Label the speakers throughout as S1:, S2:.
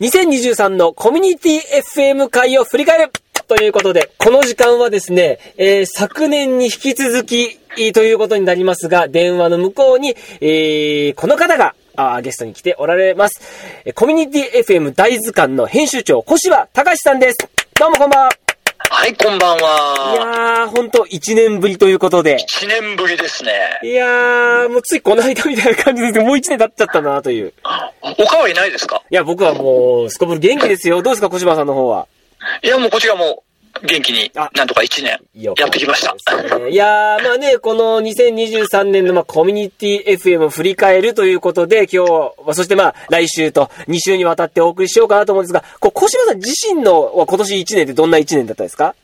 S1: 2023のコミュニティ FM 会を振り返るということで、この時間はですね、えー昨年に引き続き、えーということになりますが、電話の向こうに、えーこの方が、あーゲストに来ておられます。えーコミュニティ FM 大図鑑の編集長、小柴隆さんです。どうもこんばんは。
S2: はい、こんばん
S1: い
S2: は。
S1: やー、ほんと1年ぶりということで。
S2: 1年ぶりですね。
S1: いやー、もうついこの間みたいな感じですけど、もう1年経っちゃったなという。
S2: おかわりないですか
S1: いや、僕はもう、すこぶる元気ですよ。どうですか、小柴さんの方は。
S2: いや、もうこちらも元気に
S1: あ
S2: なんとか1年
S1: よ
S2: やってきました。
S1: いやー、まあね、この2023年の、まあ、コミュニティ FM を振り返るということで、今日、まあそしてまあ、来週と2週にわたってお送りしようかなと思うんですが、こう、小柴さん自身のは今年1年ってどんな1年だったですか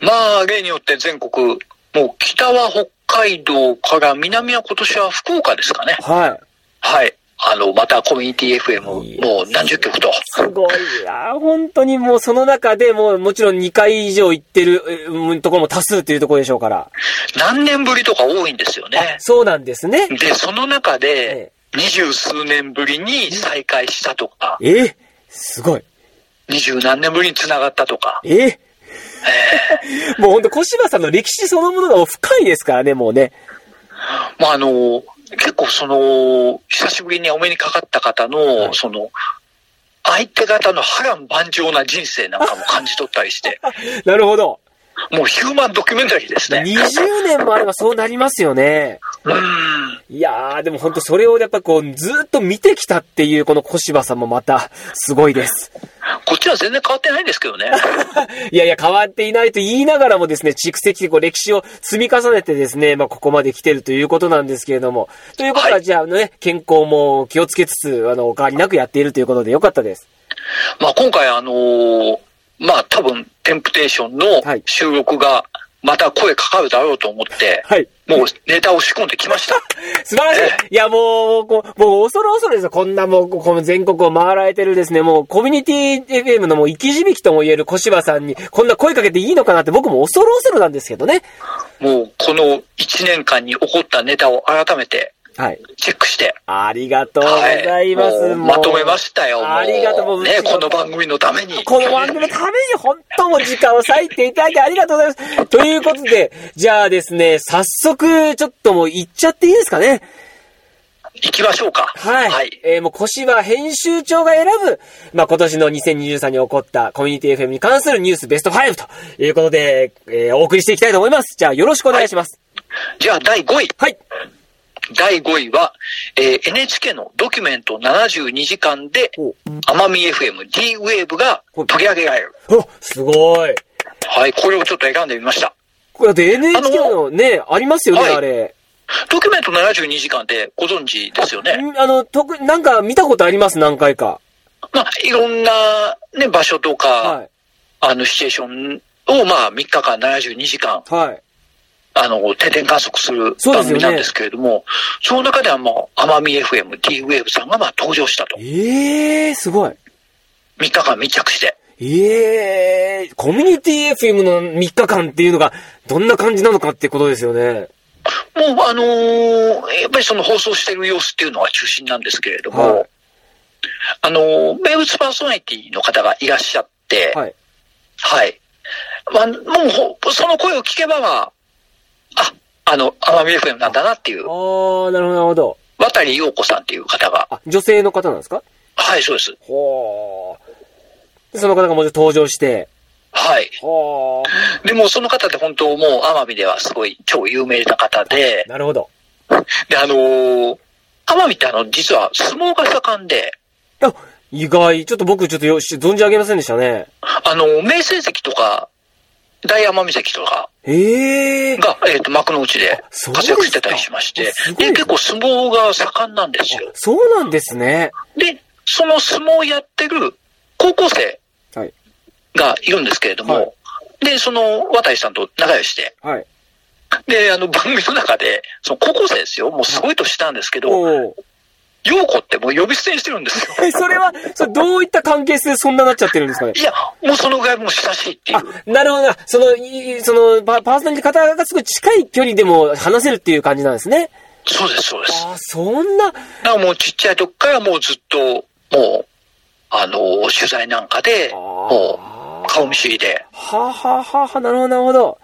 S2: まあ、例によって全国、もう北は北海道から南は今年は福岡ですかね。
S1: はい。
S2: はい。あの、またコミュニティ FM
S1: いい
S2: もう何十曲と。
S1: すごいな本当にもうその中でもうもちろん2回以上行ってるえうんところも多数というところでしょうから。
S2: 何年ぶりとか多いんですよね。
S1: そうなんですね。
S2: で、その中で、二十数年ぶりに再会したとか、
S1: えすごい。
S2: 二十何年ぶりに繋がったとか、
S1: え もうほんと小柴さんの歴史そのものがもう深いですからね、もうね。
S2: まあ、あの、結構その、久しぶりにお目にかかった方の、
S1: はい
S2: その、相手方の波乱万丈な人生なんかも感じ取った りして、
S1: なるほど。
S2: もうヒューマンドキュメンタリーですね。
S1: 20年もあればそうなりますよね。
S2: うん。
S1: いやー、でもほんとそれをやっぱこう、ずーっと見てきたっていうこの小柴さんもまた、すごいです。
S2: こっちは全然変わってないんですけどね。
S1: いやいや、変わっていないと言いながらもですね、蓄積でこう歴史を積み重ねてですね、まあ、ここまで来てるということなんですけれども。ということ
S2: は
S1: は、
S2: い
S1: じゃあね、健康も気をつけつつ、あの、お変わりなくやっているということでよかったです。
S2: まあ、今回あのまあ、多分、テンプテーションの
S1: はい
S2: 収録が、また声かかるだろうと思って、
S1: はい
S2: もうネタを仕込んできました。
S1: 素晴らしいいや、もう、こう、もう恐る恐るですよ。こんなもう、この全国を回られてるですね、もう、コミュニティ FM のもう、生き字引とも言える小柴さんに、こんな声かけていいのかなって、僕も恐る恐るなんですけどね。
S2: もう、この1年間に起こったネタを改めて
S1: はい。
S2: チェックして、
S1: ありがとうございます。
S2: はいもう
S1: もう
S2: まとめましたよ。もう
S1: ありがとうござい
S2: ね、
S1: ます。
S2: この番組のために。
S1: この番組のために本当もう時間を割いていただいてありがとうございます。ということで、じゃあですね、早速、ちょっともう行っちゃっていいですかね。
S2: 行きましょうか。
S1: はい。えーもう小柴編集長が選ぶ、まあ、今年の2023に起こったコミュニティ FM に関するニュースベスト5ということで、えーお送りしていきたいと思います。じゃあよろしくお願いします。
S2: じゃあ、第5位。
S1: はい。
S2: 第5位は、えー NHK のドキュメント72時間で、
S1: お
S2: 奄美 FM D ウェーブが
S1: ほう
S2: 取り上げられる。
S1: お、すごい。
S2: はい、これをちょっと選んでみました。
S1: これだって NHK
S2: あ
S1: のね、ありますよね、
S2: はい
S1: あれ。
S2: ドキュメント72時間ってご存知ですよね。
S1: んあの、特になんか見たことあります、何回か。
S2: まあ、いろんな、ね、場所とか、
S1: は
S2: あの、シチュエーションを、まあ、3日間72時間、
S1: い。はい。
S2: あの、定点観測する
S1: そうで
S2: 番
S1: すよね
S2: 組なんですけれども、そ,、の中ではもう、奄美 FM、D ウェーブさんがまあ登場したと。
S1: ええー、すごい。
S2: 3日間密着して。
S1: ええー、コミュニティ FM の3日間っていうのが、どんな感じなのかってことですよね。
S2: もう、あのーやっぱりその放送してる様子っていうのが中心なんですけれども、
S1: はい
S2: あのー名物パーソナリティの方がいらっしゃって、
S1: はい。
S2: はい。まあ、もうほ、その声を聞けば、まあ、あ、あの、奄美 FM なんだなってい
S1: あ、
S2: う
S1: ー、なるほど、なるほど。
S2: 渡り陽子さんっていう方が、
S1: あ、女性の方なんですか
S2: はい、そうです。
S1: ほー。でその方がもう登場して。
S2: はい。
S1: ほ
S2: でもその方って本当もう奄美ではすごい超有名な方で、
S1: なるほど。
S2: で、あのー奄美ってあの、実は相撲が盛んで、
S1: あ、意外。ちょっと僕、ちょっとよし、存じ上げませんでしたね。
S2: あのー名成関とか、大奄美関とか
S1: ええー。
S2: が、えっ、と、幕の内で
S1: そうです
S2: 活
S1: か
S2: 躍してたりしまして
S1: あす、ごい
S2: で、結構相撲が盛んなんですよ。
S1: そうなんですね。
S2: で、その相撲をやってる高校生
S1: はい。
S2: がいるんですけれども、
S1: はい
S2: で、その、渡井さんと仲良しで、
S1: はい。
S2: で、あの、番組の中で、その高校生ですよ、もうすごい年なんですけど、
S1: おー。
S2: 陽子ってもう呼び捨てにしてるんですよ。
S1: え、それは、それどういった関係性でそんななっちゃってるんですかね
S2: いや、もうそのぐらいもう親しいっていう
S1: あ。、なるほどな。その、いその、パパーソナリティ方がすごい近い距離でも話せるっていう感じなんですね。
S2: そうです、そうです。
S1: あーそんな、
S2: だからもうちっちゃい時からもうずっと、もう、あの、取材なんかで、
S1: あー
S2: もう、顔見知りで、
S1: はあ、はあはあはあ、なるほど、なるほど。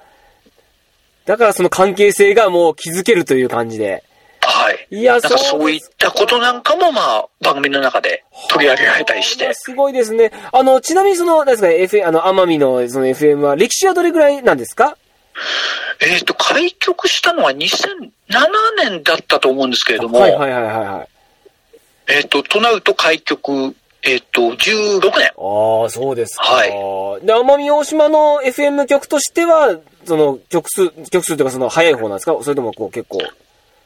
S1: だからその関係性がもう気づけるという感じで。
S2: はい。
S1: いや、
S2: なんかそういったことなんかも、まあ、番組の中で取り上げられたりし
S1: いや
S2: て、
S1: すごいですね。あの、ちなみにその、なんですかね、F、あの、奄美のその FM は、歴史はどれぐらいなんですか
S2: えっ、と、開局したのは2007年だったと思うんですけれども、
S1: はいはいはいはいはい。
S2: えっ、と、となると開局、えっ、と、16年。
S1: ああ、そうですか。
S2: はい
S1: で、奄美大島の FM 局としては、その、局数、局数というかその、早い方なんですかそれともこう結構。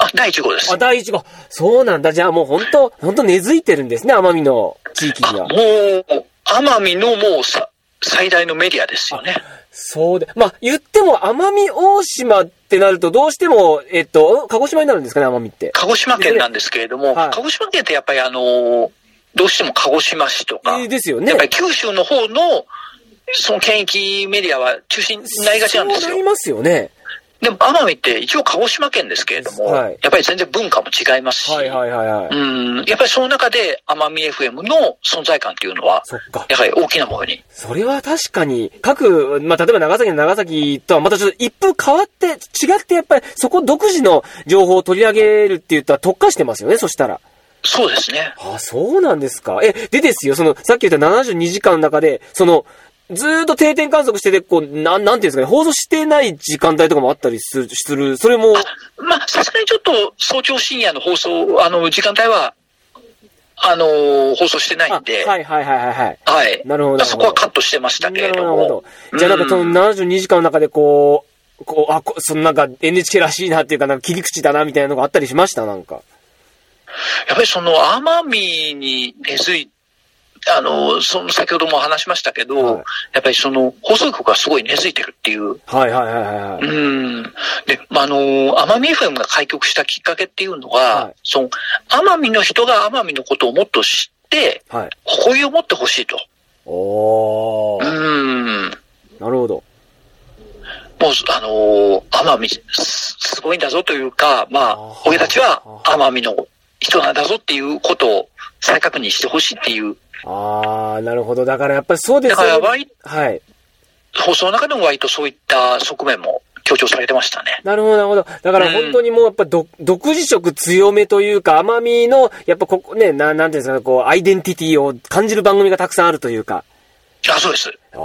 S2: あ、第1号です
S1: あ、。第一号。そうなんだ。じゃあもう本当本当根付いてるんですね、奄美の地域
S2: あ、
S1: に
S2: も
S1: は
S2: う。、奄美のもうさ、最大のメディアですよね。
S1: そうで。まあ、言っても、奄美大島ってなると、どうしても、えっと、鹿児島になるんですかね、奄美って。
S2: 鹿児島県なんですけれども、
S1: はい
S2: 鹿児島県ってやっぱりあのーどうしても鹿児島市とか、
S1: えーですよね。
S2: やっぱり九州の方の、その県域メディアは中心になりがちなんです
S1: そう
S2: よ
S1: なり。ますよね。
S2: でも奄美って一応鹿児島県ですけれども、
S1: はい
S2: やっぱり全然文化も違いますし、
S1: はいはいはいはい。
S2: うん、やっぱりその中で奄美 FM の存在感っていうのは、
S1: そっか。
S2: やはり大きなものに。
S1: それは確かに、各、まあ、例えば長崎の長崎とはまたちょっと一風変わって、違ってやっぱりそこ独自の情報を取り上げるって言ったら特化してますよね、そしたら。
S2: そうですね。
S1: あ、そうなんですか。え、でですよ、その、さっき言った72時間の中で、その、ずーっと定点観測してて、こう、なん、なんていうんですかね、放送してない時間帯とかもあったりする、する、それも、
S2: まあ、さすがにちょっと早朝深夜の放送、あの、時間帯は、あのー放送してない
S1: あ
S2: んで、
S1: はいはいはいはいはい。
S2: はい。
S1: なるほど
S2: まあそこはカットしてましたけれども。
S1: なるほど。じゃあなんかそ
S2: うん
S1: の72時間の中でこう、こう、あ、こそのなんか NHK らしいなっていうか、なんか切り口だなみたいなのがあったりしましたなんか。
S2: やっぱりその奄美に根付いあの、その先ほども話しましたけど、
S1: はい
S2: やっぱりその放送局がすごい根付いてるっていう。
S1: はいはいはいはいは
S2: う
S1: い。
S2: ん。で、まあ、あの、奄美 FM が開局したきっかけっていうのは、
S1: はい
S2: その、奄美の人が奄美のことをもっと知って、
S1: はい。
S2: 誇りを持ってほしいと。
S1: お
S2: う
S1: ー。
S2: ん。
S1: なるほど。
S2: もう、あのー、奄美す、すごいんだぞというか、ま
S1: あ
S2: あ、
S1: ー
S2: 俺たちは奄美の人なんだぞっていうことを再確認してほしいっていう。
S1: あー、なるほど。だからやっぱりそうで
S2: だ
S1: す
S2: から、
S1: よね。
S2: 割、
S1: はい。
S2: 放送の中でも割とそういった側面も強調されてましたね。
S1: なるほど、なるほど。だから本当にもうやっぱど、独自色強めというか、甘みの、やっぱここね、ななんていうんですかね、こう、アイデンティティを感じる番組がたくさんあるというか。
S2: あ、そうです。
S1: ああ、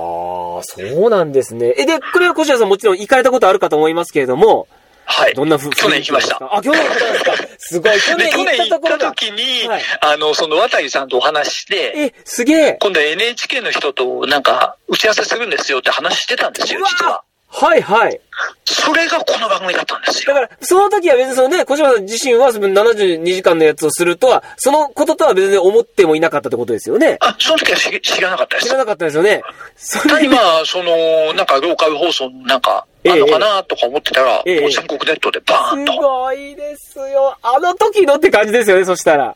S1: そうなんですね。え、で、これはこちらさんもちろん行かれたことあるかと思いますけれども、
S2: はい。
S1: どんなふう
S2: 去年行きました
S1: あ、去年行ったんですか。すごい。去
S2: で
S1: 年
S2: 去
S1: 行っ
S2: 年行
S1: たと
S2: っ
S1: ころ
S2: た
S1: が。
S2: 時に、
S1: はい
S2: あの、その渡井さんとお話しして、
S1: え、すげえ。
S2: 今度 NHK の人となんか打ち合わせするんですよって話してたんですよ、実
S1: うわ
S2: は。
S1: はいはい。
S2: それがこの番組だったんです
S1: だ
S2: よ。
S1: から、その時は別にそのね、小島さん自身はその72時間のやつをするとは、そのこととは別に思ってもいなかったってことですよね。
S2: あ、その時は知知らなかったで
S1: 知
S2: す
S1: ら。なかったですよね。そ
S2: 単
S1: れ
S2: にまあ、その、なんか、ローカル放送なんか、あんのかなとか思ってたら、
S1: ええ
S2: もう全国ネットでバー
S1: す
S2: ンと。
S1: ごいですよ。あの時のって感じですよね、そしたら。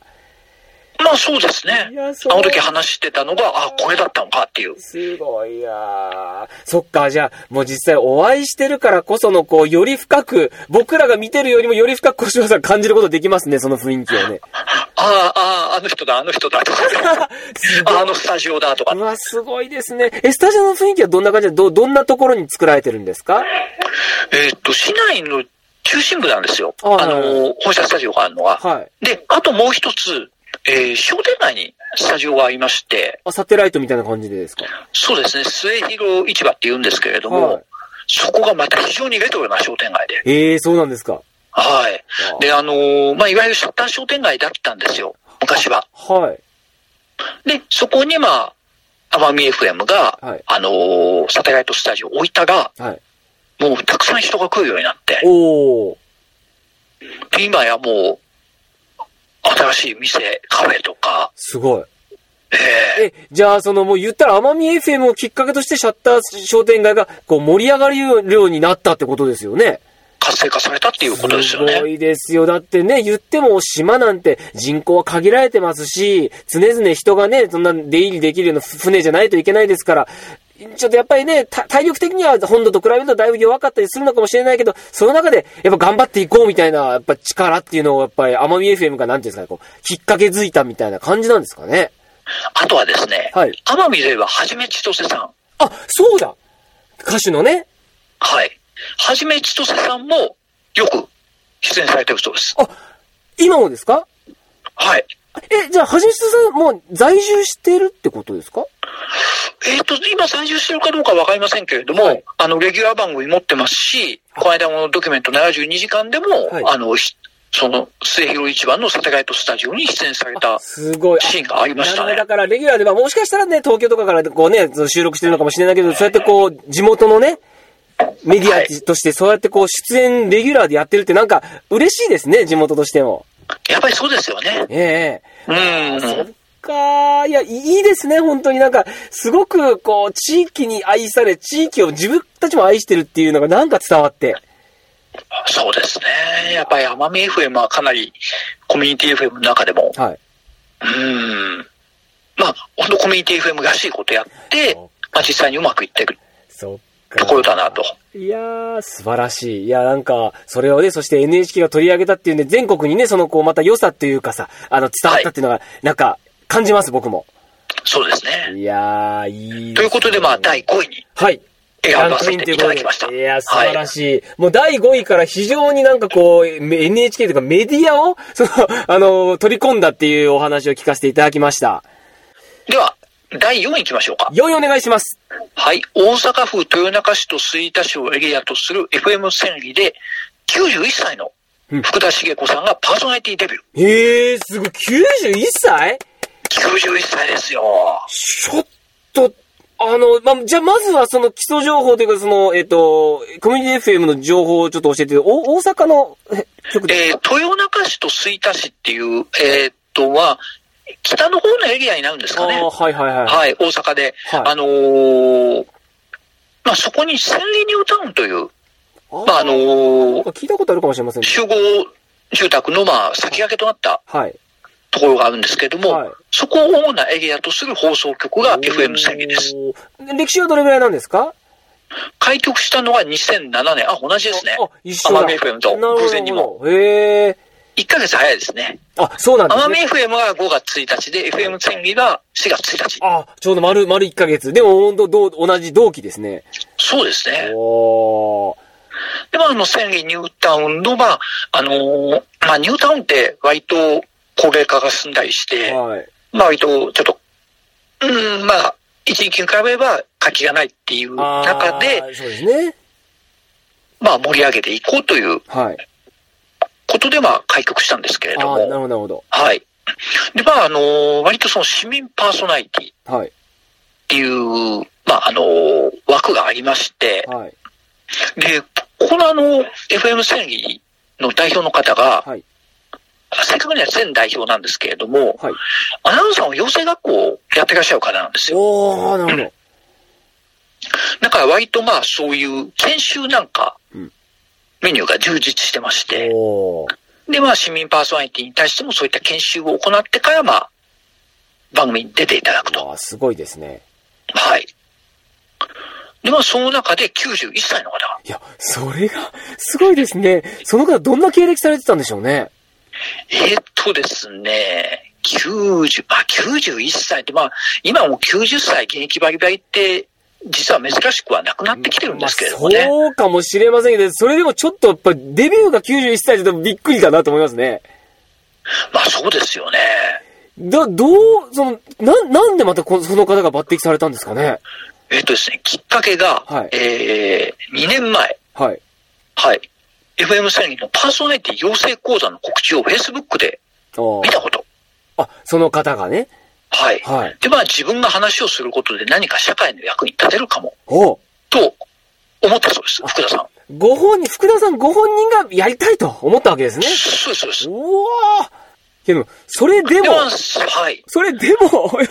S2: まあ、そうですね
S1: いや。そう
S2: あの時話してたのが、あ、これだったのかっていう。
S1: すごいやーそっか、じゃあ、もう実際お会いしてるからこその、こう、より深く、僕らが見てるよりもより深く小島さん感じることできますね、その雰囲気 をね。
S2: ああ、ああ、あの人だ、あの人だとか、
S1: すごい
S2: ああのスタジオだとか
S1: う。わ、すごいですね。え、スタジオの雰囲気はどんな感じで、ど、どんなところに作られてるんですか
S2: えーっと、市内の中心部なんですよ。
S1: あ
S2: あ
S1: はい
S2: の、本社スタジオがあるのは。
S1: はい。
S2: で、あともう一つ、えー商店街にスタジオがありまして、
S1: あ、サテライトみたいな感じでですか
S2: そうですね、末広市場って言うんですけれども、
S1: はい
S2: そこがまた非常にレトロな商店街で。
S1: ええー、そうなんですか。
S2: はい。で、あのーまあ、いわゆるシャッター商店街だったんですよ、昔は。
S1: はい。
S2: で、そこにまあ、奄美 FM が、
S1: はい
S2: あのーサテライトスタジオを置いたが、
S1: はい。
S2: もうたくさん人が来るようになって、
S1: おー。
S2: で今やもう、新しい店、カフェとか、
S1: すごい。
S2: え
S1: え、じゃあ、その、もう言ったら、奄美 FM をきっかけとしてシャッター商店街が、こう、盛り上がるようになったってことですよね。
S2: ー活性化されたっていうことですよね
S1: すご。いですよ。だってね、言っても島なんて人口は限られてますし、常々人がね、そんな出入りできるような船じゃないといけないですから、ちょっとやっぱりね、た体力的には本土と比べるとだいぶ弱かったりするのかもしれないけど、その中でやっぱ頑張っていこうみたいな、やっぱ力っていうのをやっぱり奄美 FM がなんていうんですかね、こう、きっかけづいたみたいな感じなんですかね。
S2: あとはですね、
S1: はい
S2: 奄美でははじめちとせさん。
S1: あ、そうだ歌手のね。
S2: はい。はじめちとせさんもよく出演されてるそうです。
S1: あ、今もですか
S2: はい。
S1: え、じゃあ、はじめすさん、もう在住してるってことですか
S2: えっ、と、今参入してるかどうかわかりませんけれども、
S1: はい
S2: あの、レギュラー番組持ってますし、この間のドキュメント72時間でも、
S1: はい
S2: あの、ひその、末広一番のサテライトスタジオに出演された
S1: すごい。あ
S2: シーンがありまし
S1: な
S2: た
S1: るほど
S2: ね
S1: だ。から、レギュラーでは、もしかしたらね、東京とかからこうね、その収録してるのかもしれないけど、そうやってこう、地元のね、メディアとして、そうやってこう、出演レギュラーでやってるって、なんか、嬉しいですね、地元としても。
S2: やっぱりそうですよね。
S1: ええ
S2: う
S1: そっ
S2: ん。
S1: かいや、いいですね、本当になんか、すごく、こう、地域に愛され、地域を自分たちも愛してるっていうのがなんか伝わって。
S2: そうですね。やっぱり奄美 FM はかなりコミュニティ FM の中でも、
S1: はい。
S2: うん。まあ、本当コミュニティ FM らしいことやって、まあ実際にうまくいってる
S1: そっか
S2: ところだなと。
S1: いやー、素晴らしい。いや、なんか、それをね、そして NHK が取り上げたっていうんで、全国にね、その、こう、また良さっていうかさ、あの、伝わったっていうのが、なんか、感じます、僕も。
S2: そうですね。
S1: いやー、いい
S2: ということで、まあ、第5位に
S1: はい。
S2: 選ばせていただきました。
S1: いや、素晴ら
S2: い。
S1: しい,、もう第5位から非常になんかこう、め NHK というかメディアを、 その、あの、取り込んだっていうお話を聞かせていただきました。
S2: では、第4位行きましょうか。
S1: 4位お願いします。
S2: はい。大阪府豊中市と吹田市をエリアとする FM 千里で、91歳の福田茂子さんがパーソナリティデビュー。
S1: えー、すごい、91歳
S2: 91歳ですよ。
S1: ちょっと、あの、ま、じゃあまずはその基礎情報というか、その、えっ、と、コミュニティ FM の情報をちょっと教えて、お大阪のえ局で。
S2: えー、豊中市と吹田市っていう、えーっとは、北の方のエリアになるんです
S1: あ
S2: かね
S1: あ。はいはいはい。
S2: はい、大阪で。
S1: はい
S2: あのーまあ、そこに千里ニュータウンという、
S1: あ
S2: まあ、あのー
S1: 聞いたことあるかもしれませんね。
S2: 集合住宅の、まあ、先駆けとなった
S1: はい。
S2: ところがあるんですけれども、
S1: はい
S2: そこを主なエリアとする放送局が FM 千里です。
S1: おー。歴史はどれぐらいなんですか
S2: 開局したのが2007年。あ、同じですね。
S1: あ、一緒だ。
S2: 奄美 FM と
S1: なるほど
S2: 偶然にも。。
S1: へえ。
S2: 1ヶ月早いですね。
S1: あ、そうなんです
S2: 奄
S1: ね。
S2: 美 FM が5月1日で、FM 千里が4月1日。
S1: あ、ちょうど丸、丸1ヶ月。でも、ほんと、どう、同じ同期ですね。
S2: そうですね。
S1: おー。
S2: で、まあ、あの、千里ニュータウンの、まあ、あのーまあ、ニュータウンって割と高齢化が進んだりして、
S1: はい。
S2: まあ、割とちょっと、うん、まあ、一時期に比べれば活気がないっていう
S1: あー
S2: 中で、
S1: そうですね。
S2: まあ、盛り上げていこうという
S1: はい。
S2: ことで、まあ、開局したんですけれ
S1: あ
S2: ど
S1: ーなる
S2: も、
S1: ほど、なるほど。
S2: はい。で、まあ、あのー割とその市民パーソナリティっ
S1: はい。
S2: ていう、まあ、あのー枠がありまして、
S1: はい。
S2: で、このあの、FM 千里の代表の方が、
S1: はい。
S2: せっかくには全代表なんですけれども、
S1: はい。
S2: アナウンサーを養成学校をやってらっしゃる方なんですよ。
S1: おー、なるほど。
S2: だから割とまあそういう研修なんか
S1: うん、
S2: メニューが充実してまして、
S1: おー。
S2: でまあ市民パーソナリティに対してもそういった研修を行ってからまあ、番組に出ていただくと。
S1: あーすごいですね。
S2: はい。でまあその中で91歳の方が、
S1: いや、それが、すごいですね。その方、どんな経歴されてたんでしょうね。
S2: えーっとですね、90、あ、91歳ってまあ、今もう90歳現役バリバリって、実は珍しくはなくなってきてるんですけれどもね。
S1: まあそうかもしれませんけど、それでもちょっとやっぱデビューが91歳でちょっとびっくりだなと思いますね。
S2: まあそうですよね。
S1: だ、どう、その、な、なんでまたこその方が抜擢されたんですかね
S2: えっとですね、きっかけが、
S1: はい
S2: えー、2年前、
S1: はい。
S2: はい。FM サインのパーソナリティ養成講座の告知を Facebook で
S1: あ
S2: 見たこと。
S1: あ。あ、その方がね。
S2: はい。
S1: はい。
S2: で、まあ自分が話をすることで何か社会の役に立てるかも、
S1: お
S2: と思ったそうです、福田さん。
S1: ご本人、福田さんご本人がやりたいと思ったわけですね。
S2: そうです、そうです
S1: う。わーけど、それで
S2: で
S1: も
S2: ま、あはい。
S1: それでも、 あと受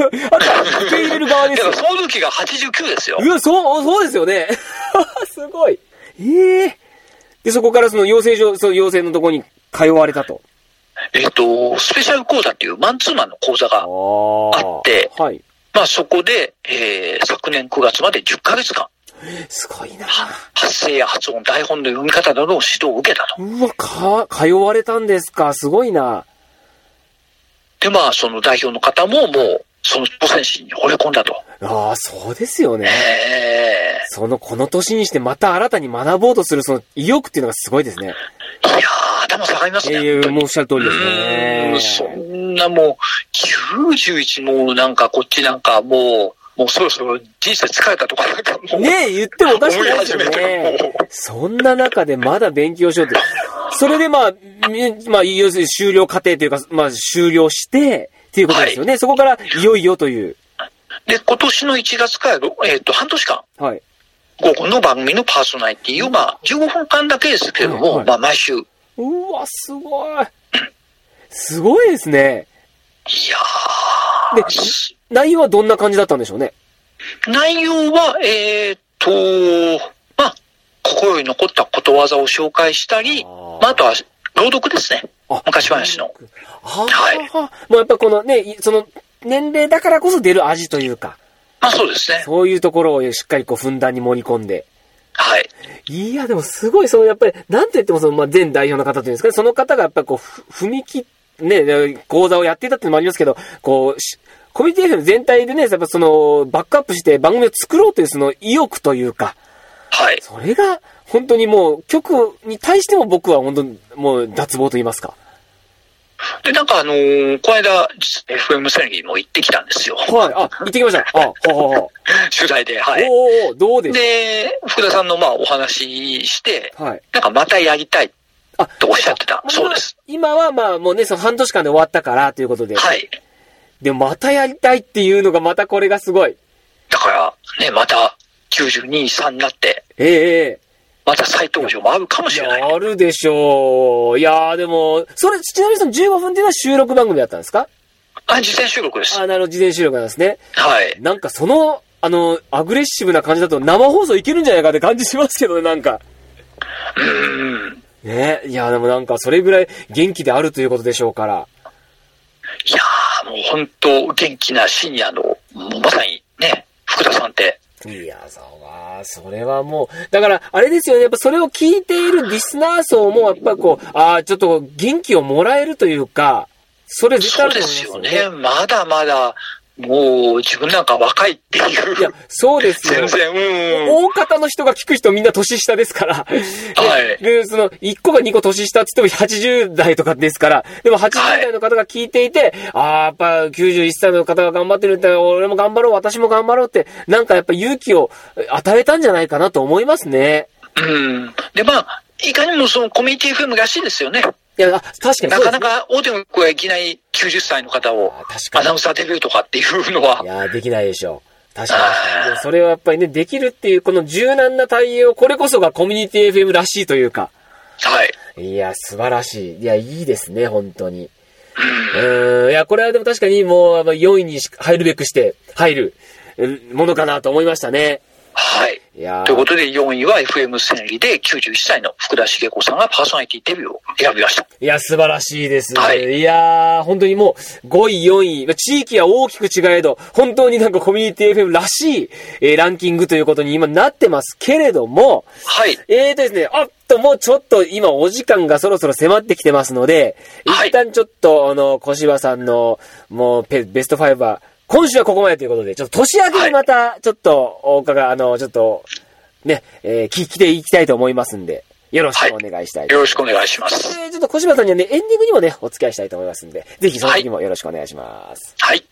S1: け入れる側で
S2: だ
S1: す
S2: か
S1: よ
S2: ら。その時が89ですよ
S1: う。わ、そう、そうですよね。 すごい。ええで、そこからその養成所、その養成のとこに通われたと。
S2: えっと、スペシャル講座っていうマンツーマンの講座が、
S1: あ
S2: あって
S1: はい。
S2: まあそこで、えー、昨年9月まで10ヶ月間、
S1: すごいな。
S2: 発声や発音、台本の読み方などの指導を受けたと。
S1: うわ、か、通われたんですか。すごいな。
S2: で、まあ、その代表の方ももう、その挑戦心に惚れ込んだと。
S1: ああ、そうですよね。
S2: え
S1: その、この年にしてまた新たに学ぼうとするその意欲っていうのがすごいですね。
S2: えいやー、頭下がります
S1: え
S2: ね。
S1: え
S2: 本当に
S1: もうおっしゃる通りですね。
S2: うーんそんなもう、91もうなんかこっちなんかもう、もうそろそろ人生疲れたとかなんかもう、
S1: ねえ、言ってもおかしくないですよ
S2: 思い始めて
S1: ね
S2: るもう。
S1: そんな中でまだ勉強しようって。それでまあ、みまあ、要するに終了過程というか、まあ、終了して、っていうことですよね。そこから、いよいよという。
S2: で、今年の1月から、えっ、と、半年間、
S1: はい。
S2: 午後の番組のパーソナリティを、まあ、15分間だけですけれども、
S1: はいはい
S2: まあ、毎週、いう
S1: わ、すごい。すごいですね。
S2: や
S1: で、
S2: ー、
S1: 内容はどんな感じだったんでしょうね。
S2: 内容は、えっ、と、まあ、心に残ったことわざを紹介したり、
S1: あ
S2: ま
S1: ー
S2: あ、あとは、朗読ですね
S1: あ。
S2: 昔話の。
S1: は
S2: はい
S1: い。もうやっぱこのね、いその、年齢だからこそ出る味というか、
S2: まあ、そうですね。
S1: そういうところをしっかりこう、ふんだんに盛り込んで。
S2: はい。
S1: いや、でもすごい、その、やっぱり、なんて言っても、その、まあ、前代表の方というんですかね、その方がやっぱりこう、ふ踏み切っね、講座をやっていたっていうのもありますけど、こう、しコミュニティ FM 全体でね、やっぱその、バックアップして番組を作ろうというその意欲というか、
S2: はい。
S1: それが、本当にもう、曲に対しても僕は本当にもう、脱帽と言いますか。
S2: で、なんかあのーこの間、実は FM セレギも行ってきたんで すよ。
S1: はい、あ、行ってきました。あ、ほうほうほう。
S2: 取材で、はい。
S1: おーおーどうでし
S2: で、福田さんのまあお話しして、
S1: たはい。
S2: なんかまたやりたい
S1: あ、
S2: とおっしゃってた
S1: ま。あ
S2: そうです。。
S1: 今はまあもうね、その半年間で終わったからということで。
S2: はい。
S1: でもまたやりたいっていうのがまたこれがすごい。
S2: だから、ね、また92、3になって、
S1: えええ
S2: また再登場もあるかもし
S1: え
S2: れない。
S1: やるでしょう。いやーでも、それ、ちなみにその15分っていうのは収録番組だったんですか
S2: あ、実践収録です。
S1: あ、なるほど、事前収録なんですね。
S2: はい。
S1: なんかその、あの、アグレッシブな感じだと生放送いけるんじゃないかって感じしますけどね、なんか。
S2: うーん。
S1: ねいやーでもなんかそれぐらい元気であるということでしょうから。
S2: いやー、もう本当元気な深夜の、もうまさにね、福田さんって、
S1: いや、そうか。それはもう、だから、あれですよね。やっぱそれを聞いているリスナー層も、やっぱこう、ああ、ちょっと元気をもらえるというか、それ絶対
S2: そ
S1: あると思い
S2: うで
S1: ます
S2: すよ
S1: よね。
S2: ね。まだまだ、もう自分なんか若いっていう。
S1: いや、そうですよ
S2: 全。然、うん。
S1: 大方の人が聞く人みんな年下ですから。
S2: はい
S1: で、その、1個か2個年下って言っても80代とかですから、でも80代の方が聞いていて、ああ、やっぱ91歳の方が頑張ってるって、俺も頑張ろう、私も頑張ろうって、なんかやっぱ勇気を与えたんじゃないかなと思いますね。
S2: うん。で、まあ、いかにもそのコミュニティ FM らしいですよね。
S1: いや、あ確かにそうですね
S2: なかなか大手の声がいきなり90歳の方を
S1: あ確か
S2: ア
S1: に、
S2: ナウンサーデビューとかっていうのはい
S1: やー、できないでしょう。確かに確かに。
S2: あー
S1: でもそれはやっぱりね、できるっていう、この柔軟な対応、これこそがコミュニティ FM らしいというか。
S2: はい。
S1: いや、素晴らしい。いや、いいですね、本当に。うーん、いや、これはでも確かにもう、あの4位にし入るべくして、入るうんものかなと思いましたね。
S2: はい。
S1: いやー
S2: ということで4位は FM 千里で91歳の福田茂子さんがパーソナリティデビューを選びました。
S1: いや、素晴らしいです。、
S2: はいい
S1: やー、本当にもう、5位、4位、地域は大きく違えど、本当になんかコミュニティ FM らしい、えーランキングということに今なってますけれども、
S2: はい。
S1: えーとですね、あっと、もうちょっと今お時間がそろそろ迫ってきてますので、
S2: はい
S1: 一旦ちょっと、あの、小柴さんの、もうペ、ベスト5は、今週はここまでということで、ちょっと年明けにまた、ちょっと、お伺い、あの、ちょっと、ね、えー聞きていきたいと思いますんで、よろしくお願いしたいと
S2: よろしくお願いします。
S1: えーちょっと小柴さんにはね、エンディングにもね、お付き合いしたいと思いますんで、ぜひその時もよろしくお願いします。
S2: はい。